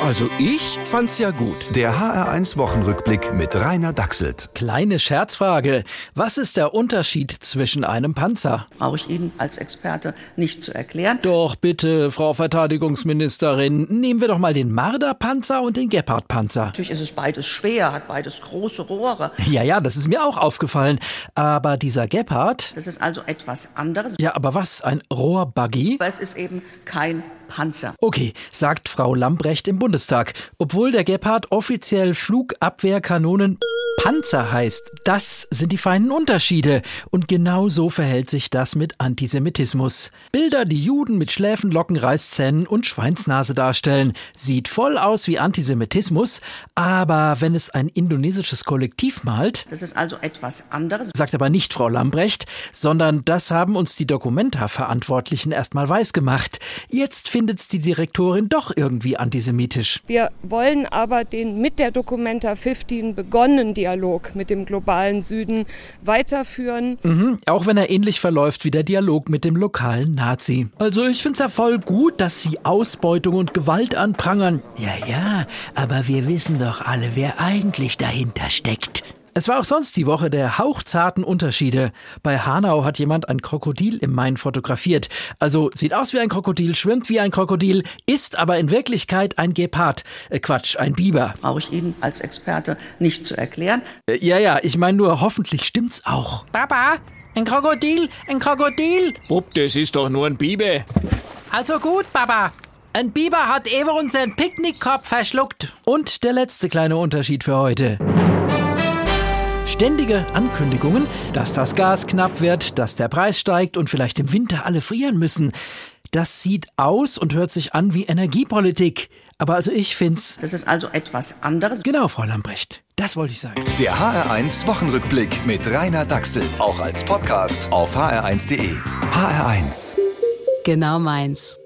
Also ich fand's ja gut. Der HR1-Wochenrückblick mit Rainer Dachselt. Kleine Scherzfrage. Was ist der Unterschied zwischen einem Panzer? Brauche ich Ihnen als Experte nicht zu erklären. Doch bitte, Frau Verteidigungsministerin, nehmen wir doch mal den Marder-Panzer und den Gepard-Panzer. Natürlich ist es beides schwer, hat beides große Rohre. Ja, ja, das ist mir auch aufgefallen. Aber dieser Gepard. Das ist also etwas anderes. Ja, aber was? Ein Rohrbuggy? Aber es ist eben kein Panzer. Okay, sagt Frau Lambrecht im Bundestag. Obwohl der Gepard offiziell Flugabwehrkanonen Panzer heißt, das sind die feinen Unterschiede. Und genau so verhält sich das mit Antisemitismus. Bilder, die Juden mit Schläfen, Locken, Reißzähnen und Schweinsnase darstellen. Sieht voll aus wie Antisemitismus, aber wenn es ein indonesisches Kollektiv malt, Das ist also etwas anderes. sagt aber nicht Frau Lambrecht, sondern das haben uns die Dokumenta-Verantwortlichen erstmal weisgemacht. Jetzt findet's die Direktorin doch irgendwie antisemitisch. Wir wollen aber den mit der Documenta 15 begonnenen Dialog mit dem globalen Süden weiterführen. Mhm, auch wenn er ähnlich verläuft wie der Dialog mit dem lokalen Nazi. Also ich find's ja voll gut, dass sie Ausbeutung und Gewalt anprangern. Ja, ja, aber wir wissen doch alle, wer eigentlich dahinter steckt. Es war auch sonst die Woche der hauchzarten Unterschiede. Bei Hanau hat jemand ein Krokodil im Main fotografiert. Also sieht aus wie ein Krokodil, schwimmt wie ein Krokodil, ist aber in Wirklichkeit ein Gepard. Äh, Quatsch, ein Biber. Brauche ich Ihnen als Experte nicht zu erklären. Äh, ja, ja, ich meine nur, hoffentlich stimmt's auch. Papa, ein Krokodil, ein Krokodil. Bub, das ist doch nur ein Biber. Also gut, Papa. Ein Biber hat eben unseren Picknickkorb verschluckt. Und der letzte kleine Unterschied für heute. Ständige Ankündigungen, dass das Gas knapp wird, dass der Preis steigt und vielleicht im Winter alle frieren müssen. Das sieht aus und hört sich an wie Energiepolitik. Aber also ich find's. Das ist also etwas anderes. Genau, Frau Lambrecht. Das wollte ich sagen. Der HR1-Wochenrückblick mit Rainer Dachselt. Auch als Podcast auf hr1.de. HR1. Genau meins.